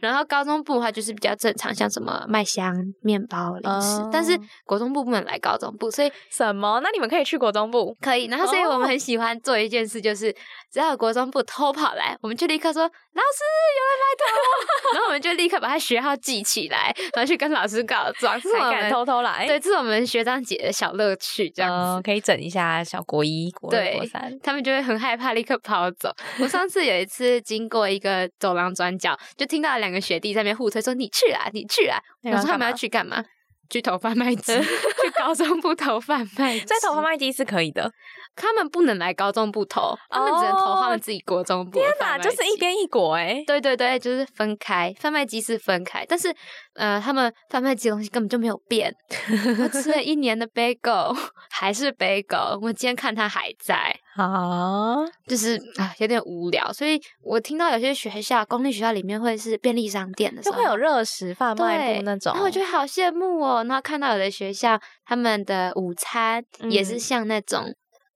[SPEAKER 1] 然后高中部的话就是比较正常，像什么麦香、面包、零食。但是
[SPEAKER 2] 哦
[SPEAKER 1] 国中部不能来高中部，所以
[SPEAKER 2] 什么？那你们可以去国中部。
[SPEAKER 1] 可以。然后，所以
[SPEAKER 2] 哦
[SPEAKER 1] 我们很喜欢做一件事，就是只要有国中部偷跑来，我们就立刻说老师有人来偷，然后我们就立刻把他学号记起来，然后去跟老师告状，这是我
[SPEAKER 2] 才敢
[SPEAKER 1] 们
[SPEAKER 2] 偷哎偷来，
[SPEAKER 1] 对，这是我们学长姐的小乐趣，这样子。
[SPEAKER 2] 嗯可以整一下小国一、国二、
[SPEAKER 1] 对
[SPEAKER 2] 国三。
[SPEAKER 1] 他们就会很害怕，立刻跑走。我上次有一次经过一个走廊转角，就听到两个学弟在那边互推说：“你去啊，你去啊！”
[SPEAKER 2] 那
[SPEAKER 1] 我
[SPEAKER 2] 要
[SPEAKER 1] 说他
[SPEAKER 2] 干
[SPEAKER 1] 们
[SPEAKER 2] 嘛
[SPEAKER 1] 要去干嘛？去投贩卖机，去高中部投贩卖机，
[SPEAKER 2] 在投贩卖机是可以的。
[SPEAKER 1] 他们不能来高中部投，他们只能投他们自己国中部的
[SPEAKER 2] 哦天
[SPEAKER 1] 贩
[SPEAKER 2] 哪，
[SPEAKER 1] 卖
[SPEAKER 2] 就
[SPEAKER 1] 机。
[SPEAKER 2] 是一边一国 哎、
[SPEAKER 1] 对对对，就是分开，贩卖机是分开，但是呃，他们贩卖机的东西根本就没有变。我吃了一年的 bagel，还是 bagel，我今天看它还在，
[SPEAKER 2] 啊，
[SPEAKER 1] 就是啊有点无聊。所以我听到有些学校公立学校里面会是便利商店的时
[SPEAKER 2] 就
[SPEAKER 1] 候，
[SPEAKER 2] 会有热食贩卖
[SPEAKER 1] 对
[SPEAKER 2] 部那种。
[SPEAKER 1] 然后我觉得好羡慕哦。然后看到有的学校他们的午餐也是
[SPEAKER 2] 嗯
[SPEAKER 1] 像那种、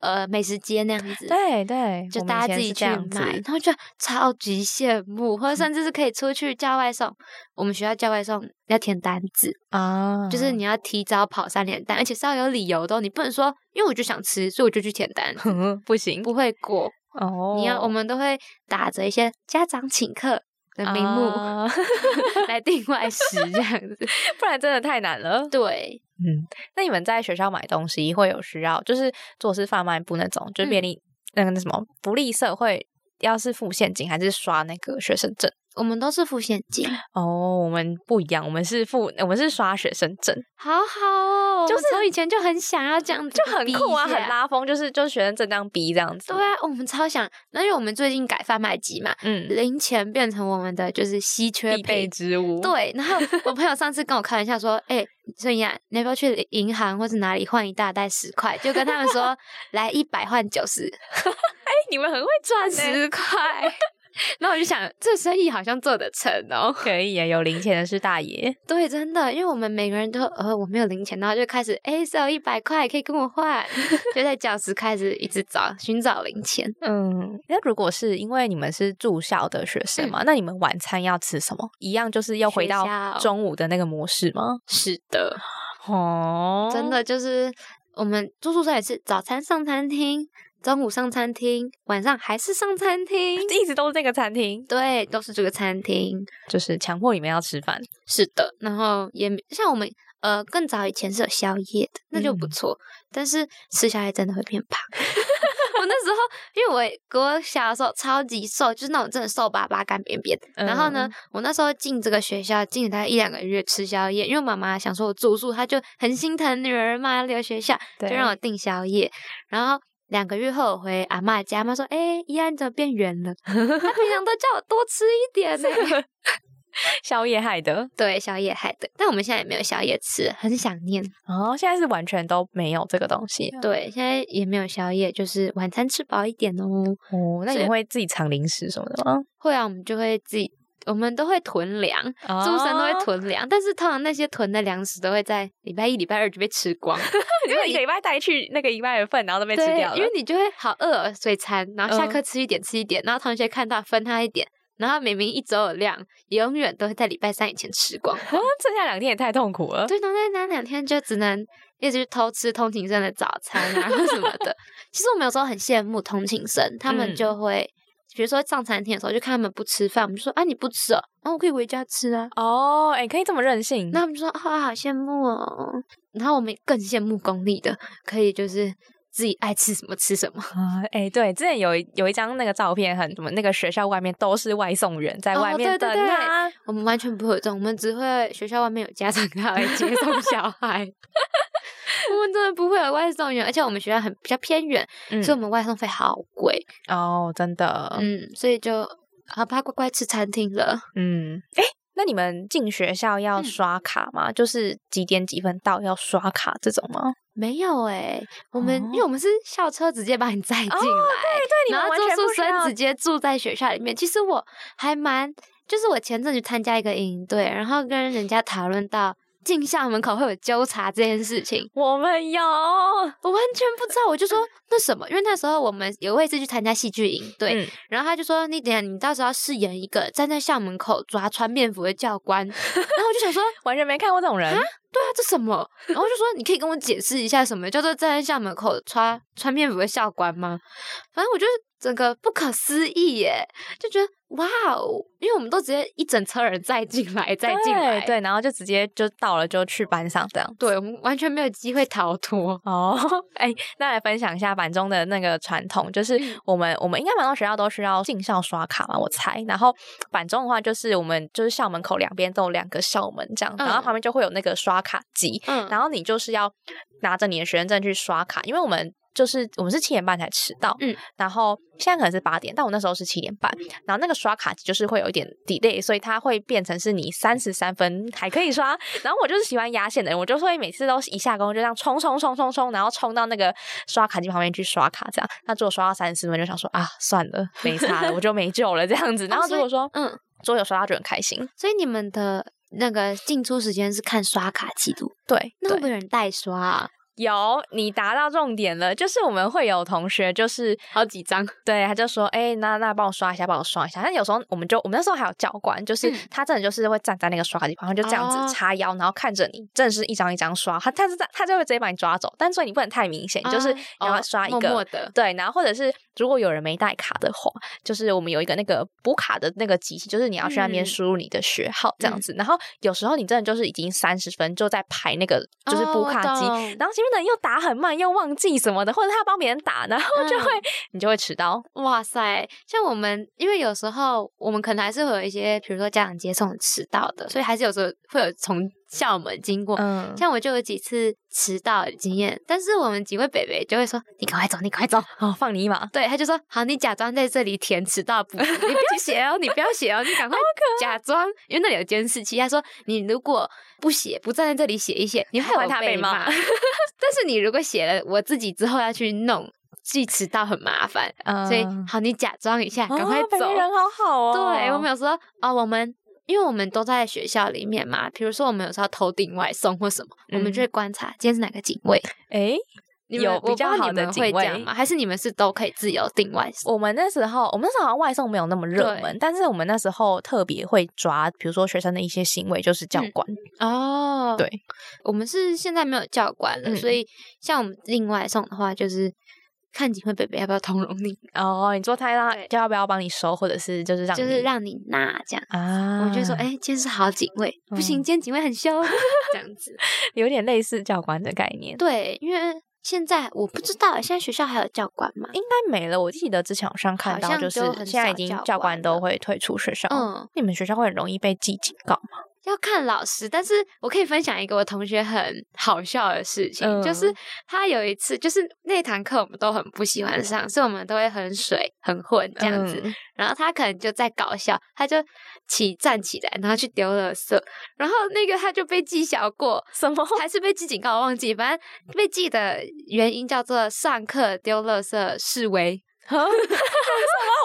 [SPEAKER 1] 呃美食街那样子，
[SPEAKER 2] 对对，
[SPEAKER 1] 就
[SPEAKER 2] 我们
[SPEAKER 1] 大家
[SPEAKER 2] 以前
[SPEAKER 1] 自
[SPEAKER 2] 是
[SPEAKER 1] 己
[SPEAKER 2] 这
[SPEAKER 1] 去
[SPEAKER 2] 样子
[SPEAKER 1] 买，然后就超级羡慕，或者甚至是可以出去叫外送。我们学校叫外送要填单子，
[SPEAKER 2] 啊，
[SPEAKER 1] 就是你要提早跑三点单，而且是要有理由的哦，你不能说因为我就想吃，所以我就去填单子，
[SPEAKER 2] 不行
[SPEAKER 1] 不会过。
[SPEAKER 2] 哦，
[SPEAKER 1] 你要我们都会打着一些家长请客的名目、
[SPEAKER 2] 啊
[SPEAKER 1] 来订外食这样子。
[SPEAKER 2] 不然真的太难了。
[SPEAKER 1] 对，
[SPEAKER 2] 嗯，那你们在学校买东西会有需要，就是做是贩卖部那种，就是便利、那个那什么福利社会，要是付现金还是刷那个学生证？
[SPEAKER 1] 我们都是付现金，
[SPEAKER 2] 哦，我们不一样，我们是付，我们是刷学生证，
[SPEAKER 1] 好好哦。
[SPEAKER 2] 就
[SPEAKER 1] 就是从以前就很想要这样子，
[SPEAKER 2] 就 很酷啊，很。拉风，就是就是学生证这样逼这样子。
[SPEAKER 1] 对，啊，我们超想，那因为我们最近改贩卖机嘛，
[SPEAKER 2] 嗯，
[SPEAKER 1] 零钱变成我们的就是稀缺
[SPEAKER 2] 必备
[SPEAKER 1] 品。
[SPEAKER 2] 之哎物。
[SPEAKER 1] 对，然后我朋友上次跟我开玩笑说：“哎、孙雅，你要不要去银行或是哪里换一大袋十块？”就跟他们说：“来一百换九十，
[SPEAKER 2] 你们很会赚钱，
[SPEAKER 1] 十块。” 然后我就想，这生意好像做得成哦。
[SPEAKER 2] 可以啊，有零钱的是大爷。
[SPEAKER 1] 对，真的，因为我们每个人都呃我没有零钱，然后就开始哎，只有一百块可以跟我 换，就在教室开始一直找寻找零钱。
[SPEAKER 2] 嗯，那如果是因为你们是住校的学生嘛，那你们晚餐要吃什么？一样就是要回
[SPEAKER 1] 嗯学校
[SPEAKER 2] 到中午的那个模式吗？
[SPEAKER 1] 是的，
[SPEAKER 2] 哦，。
[SPEAKER 1] 真的就是我们住宿舍也是早餐上餐厅，中午上餐厅，晚上还是上餐厅
[SPEAKER 2] 一直都是这个餐厅，
[SPEAKER 1] 对，都是这个餐厅。
[SPEAKER 2] 就是强迫你们要吃饭。
[SPEAKER 1] 是的，然后也没像我们呃更早以前是有宵夜的，那就不
[SPEAKER 2] 嗯
[SPEAKER 1] 错。但是吃宵夜真的会变 胖。我那时候因为我国小的时候超级瘦，就是那种真的瘦巴巴、干扁扁。然后
[SPEAKER 2] 嗯
[SPEAKER 1] 呢，我那时候进这个学校进了大概一两个月吃宵夜，因为妈妈想说我住宿，她就很心疼女儿嘛，要留学校，
[SPEAKER 2] 对
[SPEAKER 1] 就让我订宵夜。然后两个月后我回阿嬷家，阿妈说：“哎、依安怎么变圆了？她平常都叫我多吃一点呢、
[SPEAKER 2] 宵夜害的，
[SPEAKER 1] 对，宵夜害的。但我们现在也没有宵夜吃，很想念。
[SPEAKER 2] 哦，现在是完全都没有这个东西。
[SPEAKER 1] 对，现在也没有宵夜，就是晚餐吃饱一点哦。
[SPEAKER 2] 哦，那
[SPEAKER 1] 所
[SPEAKER 2] 你
[SPEAKER 1] 以
[SPEAKER 2] 们会自己藏零食什么的吗？
[SPEAKER 1] 会啊，我们就会自己，我们都会囤粮，
[SPEAKER 2] 猪
[SPEAKER 1] 猪哦神都会，
[SPEAKER 2] 哦
[SPEAKER 1] 囤粮，但是通常那些囤的粮食都会在礼拜一、礼拜二就被吃光，
[SPEAKER 2] 因为一个礼拜带去那个礼拜的份，然后都被吃
[SPEAKER 1] 对
[SPEAKER 2] 掉，了。
[SPEAKER 1] 因为你就会好饿哦，所以餐，然后下
[SPEAKER 2] 嗯
[SPEAKER 1] 课吃一点，吃一点，然后同学看到分他一点。然后明明一周有量，永远都会在礼拜三以前吃光。
[SPEAKER 2] 啊，剩下两天也太痛苦了。
[SPEAKER 1] 对，然后那那两天就只能一直去偷吃通勤生的早餐啊什么的。其实我们有时候很羡慕通勤生，他们
[SPEAKER 2] 嗯
[SPEAKER 1] 就会，比如说上餐厅的时候，就看他们不吃饭，我们就说啊你不吃哦，然、后我可以回家吃啊。
[SPEAKER 2] 哦，哎，可以这么任性。
[SPEAKER 1] 那他们就说啊好羡慕哦，然后我们更羡慕公立的，可以就是自己爱吃什么吃什么。
[SPEAKER 2] 啊，哎，对，之前有一有一张那个照片，很什么，那个学校外面都是外送员在
[SPEAKER 1] 哦
[SPEAKER 2] 外面
[SPEAKER 1] 对
[SPEAKER 2] 等
[SPEAKER 1] 对
[SPEAKER 2] 啊。
[SPEAKER 1] 我们完全不会有这种，我们只会学校外面有家长他来接送小孩。 我们真的不会有外送员，而且我们学校很比较偏远，
[SPEAKER 2] 嗯
[SPEAKER 1] 所以我们外送费好贵。
[SPEAKER 2] 哦，真的，
[SPEAKER 1] 嗯，所以就好吧，乖乖吃餐厅了。
[SPEAKER 2] 嗯，哎，那你们进学校要
[SPEAKER 1] 嗯
[SPEAKER 2] 刷卡吗？就是几点几分到要刷卡这种 吗？
[SPEAKER 1] 没有哎、我们、
[SPEAKER 2] 哦
[SPEAKER 1] 因为我们是校车直接把你 载进来，
[SPEAKER 2] 哦对
[SPEAKER 1] 然后
[SPEAKER 2] 完
[SPEAKER 1] 住
[SPEAKER 2] 全不
[SPEAKER 1] 宿
[SPEAKER 2] 需要
[SPEAKER 1] 生直接住在学校里面。其实我还蛮，就是我前阵去参加一个营队，然后跟人家讨论到进校门口会有纠察这件事情，
[SPEAKER 2] 我们有，
[SPEAKER 1] 我完全不知道，我就 说那什么，因为那时候我们有位置去参加戏剧营队，
[SPEAKER 2] 嗯
[SPEAKER 1] 然后他就说你等一下你到时候要饰演一个站在校门口抓穿便服的教 官，然后我就想说。
[SPEAKER 2] 完全没看过这种人。
[SPEAKER 1] 对啊，这什么？然后我就说，你可以跟我解释一下什么叫做站在校门口穿穿便服的校官吗？反正我就是整个不可思议耶，就觉得哇哦，因为我们都直接一整车人再进来，再进来，
[SPEAKER 2] 对，然后就直接就到了，就去班上这样。
[SPEAKER 1] 对，我们完全没有机会逃脱。
[SPEAKER 2] 哦，哎、那来分享一下板中的那个传统，就是我们我们应该蛮多学校都需要进校刷卡嘛，我猜。然后板中的话，就是我们就是校门口两边都有两个校门这样，然后
[SPEAKER 1] 嗯
[SPEAKER 2] 旁边就会有那个刷卡机，
[SPEAKER 1] 嗯，
[SPEAKER 2] 然后你就是要拿着你的学生证去刷卡，因为我们。就是我们是七点半才迟到，
[SPEAKER 1] 嗯，
[SPEAKER 2] 然后现在可能是八点，但我那时候是七点半，然后那个刷卡机就是会有一点 delay，所以它会变成是你三十三分还可以刷，然后我就是喜欢压线的人，我就会每次都是一下工就这样冲冲冲冲冲，然后冲到那个刷卡机旁边去刷卡，这样，那如果刷到三十四分就想说啊算了，没差了，我就没救了这 样子，然后
[SPEAKER 1] 所
[SPEAKER 2] 如
[SPEAKER 1] 以
[SPEAKER 2] 果说
[SPEAKER 1] 嗯，
[SPEAKER 2] 桌游刷到就很开心，
[SPEAKER 1] 所以你们的那个进出时间是看刷卡记录，
[SPEAKER 2] 对，
[SPEAKER 1] 那会不会有人代刷啊？
[SPEAKER 2] 有，你答到重点了，就是我们会有同学，就是
[SPEAKER 1] 好几张，
[SPEAKER 2] 对，他就说，哎、那那帮我刷一下，帮我刷一下。但有时候我们就，我们那时候还有教官，就是、
[SPEAKER 1] 嗯
[SPEAKER 2] 他真的就是会站在那个刷卡地方，他就这样
[SPEAKER 1] 哦
[SPEAKER 2] 子叉腰，然后看着你，正是一张一张刷。他他是在他就会直接把你抓走，但所以你不能太明显，你就是
[SPEAKER 1] 哦
[SPEAKER 2] 然后刷一个。
[SPEAKER 1] 默默的，
[SPEAKER 2] 对，然后或者是如果有人没带卡的话，就是我们有一个那个补卡的那个机器，就是你要去那边
[SPEAKER 1] 嗯
[SPEAKER 2] 输入你的学号这样子。然后有时候你真的就是已经三十分，就在排那个
[SPEAKER 1] 哦
[SPEAKER 2] 就是补卡机，
[SPEAKER 1] 机
[SPEAKER 2] 然后前面的人又打很慢，又忘记什么的，或者他帮别人打，然后
[SPEAKER 1] 嗯
[SPEAKER 2] 就会、你就会迟到。
[SPEAKER 1] 哇塞，像我们，因为有时候我们可能还是会有一些，比如说家长接送迟到的，所以还是有时候会有从校门经过。
[SPEAKER 2] 嗯，
[SPEAKER 1] 像我就有几次迟到的经验，但是我们几位北北就会说：“你赶快走，你赶快走。
[SPEAKER 2] 哦，放你一马”。
[SPEAKER 1] 对，他就说：“好，你假装在这里填迟到补，你不要写哦，你不要写哦，你赶快假装，因为那里有监视器。”他说：“你如果不写，不站在这里写一写，你害
[SPEAKER 2] 害
[SPEAKER 1] 我
[SPEAKER 2] 怕被
[SPEAKER 1] 被
[SPEAKER 2] 骂
[SPEAKER 1] 但是你如果写了，我自己之后要去弄，记迟到很麻烦。”
[SPEAKER 2] 嗯
[SPEAKER 1] 所以好，你假装一下，赶快
[SPEAKER 2] 哦北
[SPEAKER 1] 走。
[SPEAKER 2] 京人好好哦。
[SPEAKER 1] 对，我们有时候啊、我们因为我们都在学校里面嘛，比如说我们有时候偷订外送或什么，我们就会观察今天是哪个警卫。
[SPEAKER 2] 诶，
[SPEAKER 1] 你们
[SPEAKER 2] 嗯有
[SPEAKER 1] 我不
[SPEAKER 2] 比
[SPEAKER 1] 知
[SPEAKER 2] 较
[SPEAKER 1] 道
[SPEAKER 2] 好
[SPEAKER 1] 你
[SPEAKER 2] 的
[SPEAKER 1] 们
[SPEAKER 2] 警
[SPEAKER 1] 会这
[SPEAKER 2] 卫
[SPEAKER 1] 样吗？还是你们是都可以自由订外送？
[SPEAKER 2] 我们那时候，我们那时候好像外送没有那么热
[SPEAKER 1] 对
[SPEAKER 2] 门，但是我们那时候特别会抓，比如说学生的一些行为，就是教
[SPEAKER 1] 嗯
[SPEAKER 2] 官。
[SPEAKER 1] 哦
[SPEAKER 2] 对，
[SPEAKER 1] 我们是现在没有教官了，
[SPEAKER 2] 嗯
[SPEAKER 1] 所以像我们另外送的话，就是看警卫北北要不要通融你，
[SPEAKER 2] 哦，你做太大
[SPEAKER 1] 对，
[SPEAKER 2] 就要不要帮你收，或者是就是让
[SPEAKER 1] 就是
[SPEAKER 2] 你
[SPEAKER 1] 让你拿这样。
[SPEAKER 2] 啊，
[SPEAKER 1] 我们就会说，哎、今天是好警卫，不行，
[SPEAKER 2] 嗯
[SPEAKER 1] 今天警卫很 凶，这样子。
[SPEAKER 2] 有点类似教官的概念。
[SPEAKER 1] 对，因为现在我不知道现在学校还有教官吗？
[SPEAKER 2] 应该没了。我记得之前好像看
[SPEAKER 1] 好
[SPEAKER 2] 到，
[SPEAKER 1] 像
[SPEAKER 2] 就
[SPEAKER 1] 就是很
[SPEAKER 2] 现在已
[SPEAKER 1] 少
[SPEAKER 2] 经
[SPEAKER 1] 教
[SPEAKER 2] 教官
[SPEAKER 1] 官
[SPEAKER 2] 都
[SPEAKER 1] 了
[SPEAKER 2] 会退出学校。
[SPEAKER 1] 嗯，
[SPEAKER 2] 你们学校会很容易被记警告吗？
[SPEAKER 1] 要看老师，但是我可以分享一个我同学很好笑的事情，
[SPEAKER 2] 嗯
[SPEAKER 1] 就是他有一次，就是那堂课我们都很不喜欢上，所以我们都会很水、很混这样子。
[SPEAKER 2] 嗯
[SPEAKER 1] 然后他可能就在搞笑，他就起站起来，然后去丢垃圾，然后那个他就被记小过，
[SPEAKER 2] 什么？
[SPEAKER 1] 还是被记警告，我忘记，反正被记的原因叫做上课丢垃圾示威。
[SPEAKER 2] 我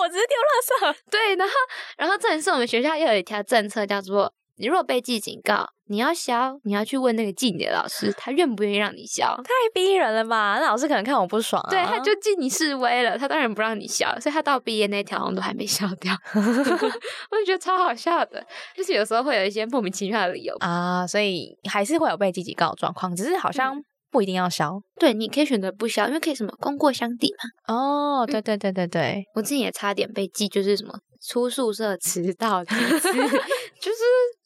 [SPEAKER 2] 只是丢 垃圾。
[SPEAKER 1] 对，然后然后这也是我们学校又有一条政策，叫做你如果被记警告，你要消，你要去问那个记你的老师，他愿不愿意让你消。
[SPEAKER 2] 太逼人了吧？那老师可能看我不爽啊。
[SPEAKER 1] 对，他就记你示威了，他当然不让你消，所以他到毕业那条好像都还没消 掉，我就觉得超好笑的。就是有时候会有一些莫名其妙的理由，
[SPEAKER 2] 啊，所以还是会有被记警告的状况，只是好像不一定要消。
[SPEAKER 1] 对，你可以选择不消，因为可以什么功过相抵嘛。
[SPEAKER 2] 哦，对对对对对，
[SPEAKER 1] 我之前也差点被记，就是什么出宿舍迟到几次 就是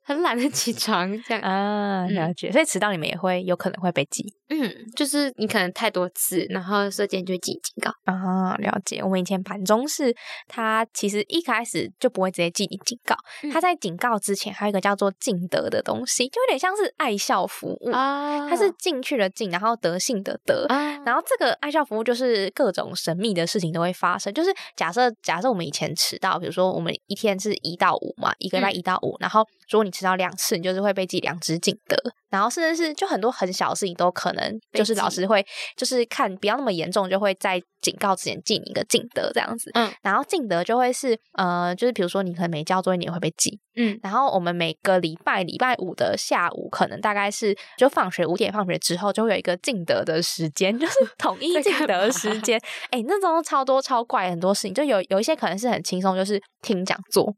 [SPEAKER 1] 很懒得起床这样。
[SPEAKER 2] 啊，
[SPEAKER 1] 嗯
[SPEAKER 2] 了解。所以迟到你们也会有可能会被记
[SPEAKER 1] 嗯，就是你可能太多次，然后射箭就会进警告。
[SPEAKER 2] 啊，了解。我们以前板中是，他其实一开始就不会直接记你警告，
[SPEAKER 1] 嗯
[SPEAKER 2] 他在警告之前还有一个叫做敬德的东西，就有点像是爱校服务，
[SPEAKER 1] 啊
[SPEAKER 2] 它是进去的进，然后德性的德，
[SPEAKER 1] 啊，
[SPEAKER 2] 然后这个爱笑服务就是各种神秘的事情都会发生，就是假设假设我们以前迟到，比如说我们一天是一到五嘛，一个礼拜
[SPEAKER 1] 嗯
[SPEAKER 2] 一到五，然后如果你迟到两次，你就是会被记两只警德，然后甚至是就很多很小的事情都可能
[SPEAKER 1] 被
[SPEAKER 2] 就是老
[SPEAKER 1] 记
[SPEAKER 2] 师会就是看不要那么严重，就会在警告之前记你一个警德这样子，
[SPEAKER 1] 嗯，
[SPEAKER 2] 然后敬德就会是呃，就是比如说你可能没交作业，你也会被记，
[SPEAKER 1] 嗯
[SPEAKER 2] 然后我们每个礼拜礼拜五的下午，可能大概是就放学五点放学之后，就会有一个敬德的时间， 就是统一
[SPEAKER 1] 在
[SPEAKER 2] 敬
[SPEAKER 1] 干
[SPEAKER 2] 德
[SPEAKER 1] 嘛
[SPEAKER 2] 时间。哎、那种超多超怪很多事情，就有有一些可能是很轻松，就是听讲 座，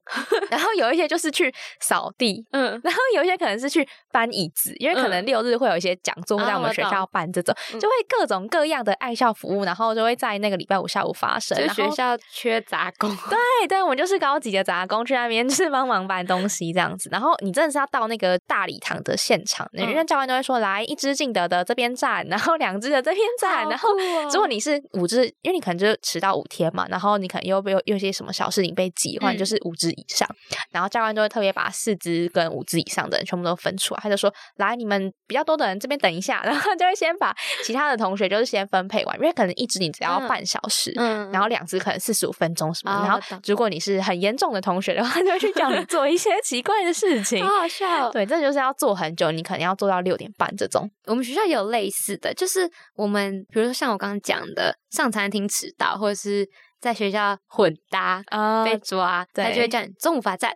[SPEAKER 2] 然后有一些就是去扫地。
[SPEAKER 1] 嗯，
[SPEAKER 2] 然后有一些可能是去搬椅子，因为可能
[SPEAKER 1] 嗯
[SPEAKER 2] 六日会有一些讲座会
[SPEAKER 1] 啊
[SPEAKER 2] 在我们
[SPEAKER 1] 我
[SPEAKER 2] 学
[SPEAKER 1] 懂
[SPEAKER 2] 校办这种，
[SPEAKER 1] 嗯
[SPEAKER 2] 就会各种各样的爱校服务，然后就会在那个礼拜五下午发生。
[SPEAKER 1] 就是
[SPEAKER 2] 然
[SPEAKER 1] 学
[SPEAKER 2] 后
[SPEAKER 1] 校缺杂工，
[SPEAKER 2] 对对，我们就是高级的杂工，去那边就是帮忙搬东西这样子。然后你真的是要到那个大礼堂的现场，
[SPEAKER 1] 嗯
[SPEAKER 2] 因为教官都会说来一只敬德的这边站，然后两只的这边站，
[SPEAKER 1] 好
[SPEAKER 2] 然后
[SPEAKER 1] 酷哦
[SPEAKER 2] 如果你是五只，因为你可能就是迟到五天嘛，然后你可能又被又有一些什么小事情被挤换，
[SPEAKER 1] 嗯
[SPEAKER 2] 就是五只以上，然后教官就会特别把四只跟五只以上的人全部都分出来，他就说来你们比较多的人这边等一下，然后他就会先把其他的同学就是先分配完，因为可能一只你只要
[SPEAKER 1] 嗯
[SPEAKER 2] 半小时，
[SPEAKER 1] 嗯
[SPEAKER 2] 然后两只可能四十五分钟什么的，
[SPEAKER 1] 哦
[SPEAKER 2] 然后
[SPEAKER 1] 我懂
[SPEAKER 2] 如果你是很严重的同学的话，就会去叫你做 一些奇怪的事情
[SPEAKER 1] 好。好笑哦。
[SPEAKER 2] 对，这就是要做很久，你可能要做到六点半这种。
[SPEAKER 1] 我们学校也有类似的，就是我们比如说像我刚刚讲的，上餐厅迟到，或者是在学校混搭。
[SPEAKER 2] 啊
[SPEAKER 1] 被抓，他就
[SPEAKER 2] 对
[SPEAKER 1] 会叫你中午罚 站。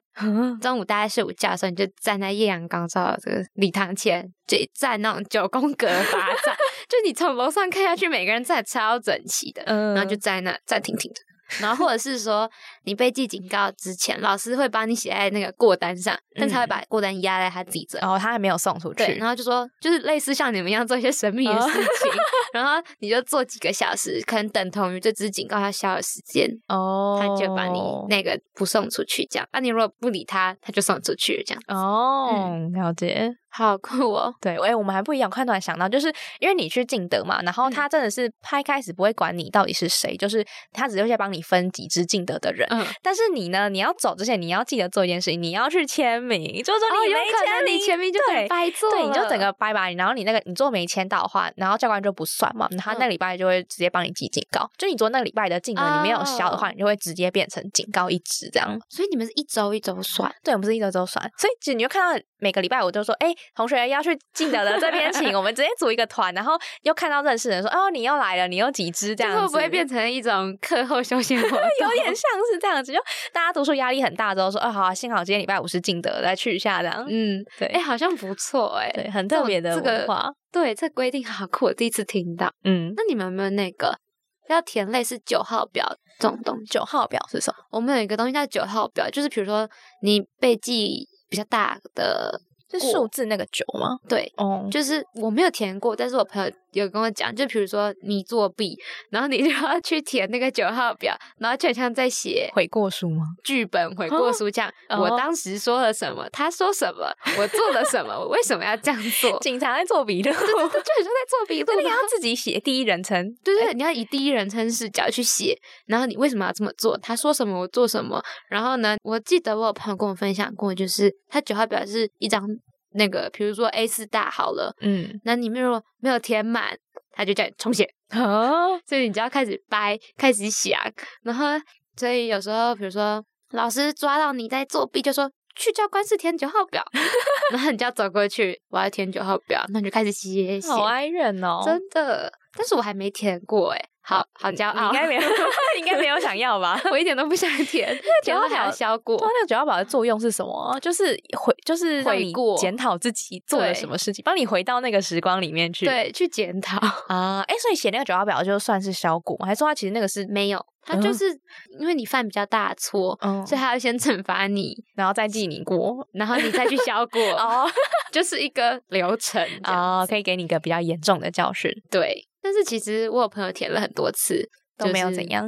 [SPEAKER 1] 中午大家睡午觉的时候，你就站在艳阳高照的这个礼堂前，就站那种九宫格罚站。 就你从楼上看下去，每个人站得超整齐的，
[SPEAKER 2] 嗯
[SPEAKER 1] 然后就站在那站挺挺的。然后或者是说，你被记警告之前，老师会帮你写在那个过单上，但他会
[SPEAKER 2] 嗯
[SPEAKER 1] 把过单压在他自己这里。
[SPEAKER 2] 然后哦他还没有送出
[SPEAKER 1] 对，
[SPEAKER 2] 去
[SPEAKER 1] 然。后就说就是类似像你们一样做一些神秘的
[SPEAKER 2] 哦
[SPEAKER 1] 事情， 然后你就做几个小时，可能等同于这只警告它消的时间，
[SPEAKER 2] 哦
[SPEAKER 1] 它就把你那个不送出去这样。那、你如果不理它，它就送出去了这样。
[SPEAKER 2] 哦，了解。
[SPEAKER 1] 好酷 哦！
[SPEAKER 2] 对，哎、我们还不一样。我看突然想到，就是因为你去敬德嘛，然
[SPEAKER 1] 嗯
[SPEAKER 2] 后他真的是他一开始不会管你到底是谁，就是他只是会帮你分几支敬德的人。
[SPEAKER 1] 嗯，
[SPEAKER 2] 但是你呢，你要走之前，你要记得做一件事情，你要去签名，就是说
[SPEAKER 1] 哦，
[SPEAKER 2] 你
[SPEAKER 1] 有
[SPEAKER 2] 没
[SPEAKER 1] 可
[SPEAKER 2] 签
[SPEAKER 1] 能
[SPEAKER 2] 名，
[SPEAKER 1] 你全名就可
[SPEAKER 2] 对
[SPEAKER 1] 以白做
[SPEAKER 2] 对，你就整
[SPEAKER 1] 了
[SPEAKER 2] 个拜拜，然后你那个你做没签到的话，然后教官就不算嘛，然后他那
[SPEAKER 1] 嗯
[SPEAKER 2] 礼拜就会直接帮你记警告。就你做那个礼拜的进德，你没有消的话，
[SPEAKER 1] 哦
[SPEAKER 2] 你就会直接变成警告一职这样。
[SPEAKER 1] 所以你们是一周一周算，
[SPEAKER 2] 对，我们是一周周算，所以其实你就看到每个礼拜我就说，哎、同学要去进德的这边请，我们直接组一个团，然后又看到认识的人说，哦，你又来了，你又几只
[SPEAKER 1] 这
[SPEAKER 2] 这样
[SPEAKER 1] 会
[SPEAKER 2] 子，
[SPEAKER 1] 不会变成一种课后休闲 活动？
[SPEAKER 2] 有点像是这样子，就大家读书压力很大之后说，哦，好、啊，幸好今天礼拜五是进德，来去一下这样。
[SPEAKER 1] 嗯，
[SPEAKER 2] 对，
[SPEAKER 1] 哎、好像不错哎、
[SPEAKER 2] 对，很
[SPEAKER 1] 这
[SPEAKER 2] 特
[SPEAKER 1] 种
[SPEAKER 2] 别的
[SPEAKER 1] 这个
[SPEAKER 2] 文化。
[SPEAKER 1] 对，这规定好酷，我第一次听到。
[SPEAKER 2] 嗯，
[SPEAKER 1] 那你们有没有那个要填类似九号表这种东西？
[SPEAKER 2] 九号表是什么？
[SPEAKER 1] 我们有一个东西叫九号表，就是比如说你被记比较大的，
[SPEAKER 2] 是
[SPEAKER 1] 过
[SPEAKER 2] 数字那个九吗？
[SPEAKER 1] 对，
[SPEAKER 2] 哦，
[SPEAKER 1] 就是我没有填过，但是我朋友有跟我讲，就比如说你作弊，然后你就要去填那个九号表，然后就很像在写
[SPEAKER 2] 悔过书吗？
[SPEAKER 1] 剧本悔过书这样，
[SPEAKER 2] 哦
[SPEAKER 1] 我当时说了什么，他说什么，我做了什么，我为什么要这样做？
[SPEAKER 2] 警察在做笔
[SPEAKER 1] 就
[SPEAKER 2] 录，
[SPEAKER 1] 很像在做笔录，
[SPEAKER 2] 那个
[SPEAKER 1] 然后
[SPEAKER 2] 要自己写第一人称。
[SPEAKER 1] 对对，对你要以第一人称视角去写，然后你为什么要这么做？他说什么我做什么。然后呢，我记得我有朋友跟我分享过，就是他九号表是一张那个，比如说 A 四大好了，
[SPEAKER 2] 嗯，
[SPEAKER 1] 那你面如果没有填满，他就叫你重写，
[SPEAKER 2] 哦，
[SPEAKER 1] 所以你就要开始掰，开始想，然后所以有时候比如说老师抓到你在作弊，就说。去教官室填九号表， 然后你就要走过去，我要填九号表，那你就开始写写
[SPEAKER 2] 好哀怨哦，
[SPEAKER 1] 真的，但是我还没填过哎，好好骄
[SPEAKER 2] 你
[SPEAKER 1] 傲，
[SPEAKER 2] 应该没有， 你应该没有想要吧？
[SPEAKER 1] 我一点都不想填，
[SPEAKER 2] 九
[SPEAKER 1] 九
[SPEAKER 2] 号
[SPEAKER 1] 号表
[SPEAKER 2] 表
[SPEAKER 1] 消过
[SPEAKER 2] 对啊，，那个九号表的作用是什么啊？就是回，就是让
[SPEAKER 1] 悔
[SPEAKER 2] 你
[SPEAKER 1] 过
[SPEAKER 2] 检讨自己做了
[SPEAKER 1] 对
[SPEAKER 2] 什么事情，帮你回到那个时光里面去。
[SPEAKER 1] 对，去检讨
[SPEAKER 2] 啊，哎，所以写那个九号表就算是小股，还说他其实那个是
[SPEAKER 1] 没有，他就是因为你犯比较大的错，
[SPEAKER 2] 嗯，
[SPEAKER 1] 所以他要先惩罚你，
[SPEAKER 2] 然后再记你过
[SPEAKER 1] 然后你再去消过，
[SPEAKER 2] 哦
[SPEAKER 1] 就是一个流程啊，
[SPEAKER 2] 哦，可以给你一个比较严重的教 训，
[SPEAKER 1] 对。但是其实我有朋友填了很多次，
[SPEAKER 2] 都没有怎，样。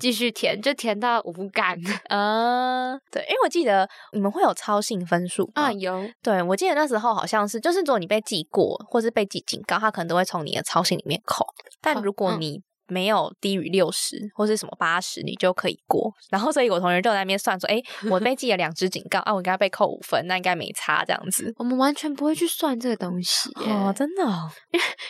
[SPEAKER 1] 继续填就填到无感
[SPEAKER 2] 啊，对，因为我记得你们会有超性分数啊、
[SPEAKER 1] 啊，有
[SPEAKER 2] 对我记得那时候好像是，就是如果你被记过或是被记警告，他可能都会从你的超性里面扣，但
[SPEAKER 1] 哦
[SPEAKER 2] 如果
[SPEAKER 1] 嗯
[SPEAKER 2] 你没有低于六十或是什么八十，你就可以过。然后，所以我同学就在那边算说，哎，我被记了两只警告，啊，我应该被扣五分，那应该没差这样子。
[SPEAKER 1] 我们完全不会去算这个东西耶，
[SPEAKER 2] 哦，真的哦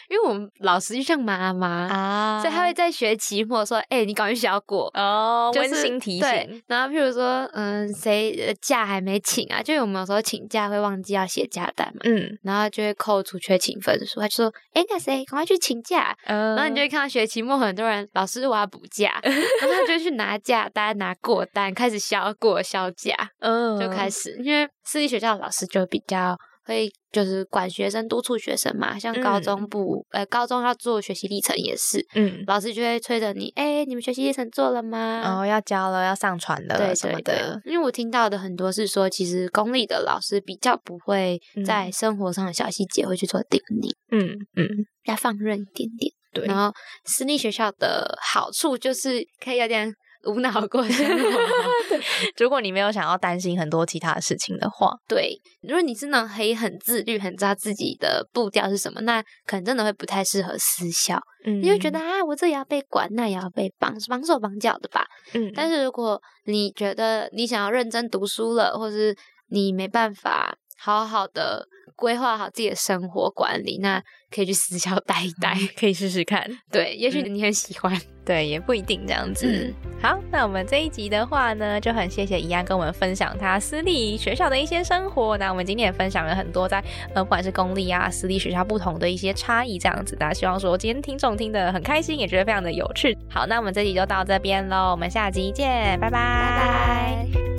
[SPEAKER 1] 因为我们老师就像妈妈
[SPEAKER 2] 啊
[SPEAKER 1] 所以他会在学期末说：“哎、你赶快去小果。
[SPEAKER 2] 哦
[SPEAKER 1] 就
[SPEAKER 2] 温
[SPEAKER 1] 是
[SPEAKER 2] 馨提醒
[SPEAKER 1] 对，，然后譬如说，嗯，谁呃假还没请啊？就我们有时候请假会忘记要写假单嘛，
[SPEAKER 2] 嗯
[SPEAKER 1] 然后就会扣除缺勤分数。他就说：“哎、那谁，赶快去请假。”
[SPEAKER 2] 嗯
[SPEAKER 1] 然后你就会看到学期末很很多人老师我要补 假，然后他就去拿假单、拿过单，开始销过销假，
[SPEAKER 2] 嗯
[SPEAKER 1] 就开
[SPEAKER 2] 始
[SPEAKER 1] 始，因为私立学校的老师就比较会就是管学生、督促学生嘛，像高中部，呃，高中要做学习历程也是，
[SPEAKER 2] 嗯，
[SPEAKER 1] 老师就会催着你，哎、你们学习历程做了吗？
[SPEAKER 2] 然后要交了，要上传了
[SPEAKER 1] 对
[SPEAKER 2] 什么
[SPEAKER 1] 对
[SPEAKER 2] 的
[SPEAKER 1] 对，，因为我听到的很多是说，其实公立的老师比较不会在
[SPEAKER 2] 嗯
[SPEAKER 1] 生活上的小细节会去做定义，
[SPEAKER 2] 嗯嗯，
[SPEAKER 1] 比较放任一点点。
[SPEAKER 2] 对
[SPEAKER 1] 然后私立学校的好处就是可以有点无脑过 生活，
[SPEAKER 2] 如果你没有想要担心很多其他的事情的话，
[SPEAKER 1] 对，如果你真的可以很自律，很知道自己的步调是什么，那可能真的会不太适合私校，
[SPEAKER 2] 嗯
[SPEAKER 1] 你会觉得，啊，我这也要被管，那也要被绑，绑手绑脚的吧。
[SPEAKER 2] 嗯，
[SPEAKER 1] 但是如果你觉得你想要认真读书了，或是你没办法好好的规划好自己的生活管理，那可以去私 校待一待。
[SPEAKER 2] 嗯可以试试看，嗯
[SPEAKER 1] 对，也许你很喜欢。
[SPEAKER 2] 对，也不一定这样子。
[SPEAKER 1] 嗯
[SPEAKER 2] 好，那我们这一集的话呢，就很谢谢怡安跟我们分享他私立学校的一些生活。那我们今天也分享了很多在呃，不管是公立啊、私立学校不同的一些差异，这样子的。那希望说今天听众听得很开心，也觉得非常的有趣。好，那我们这集就到这边喽，我们下集见，拜拜
[SPEAKER 1] 拜拜。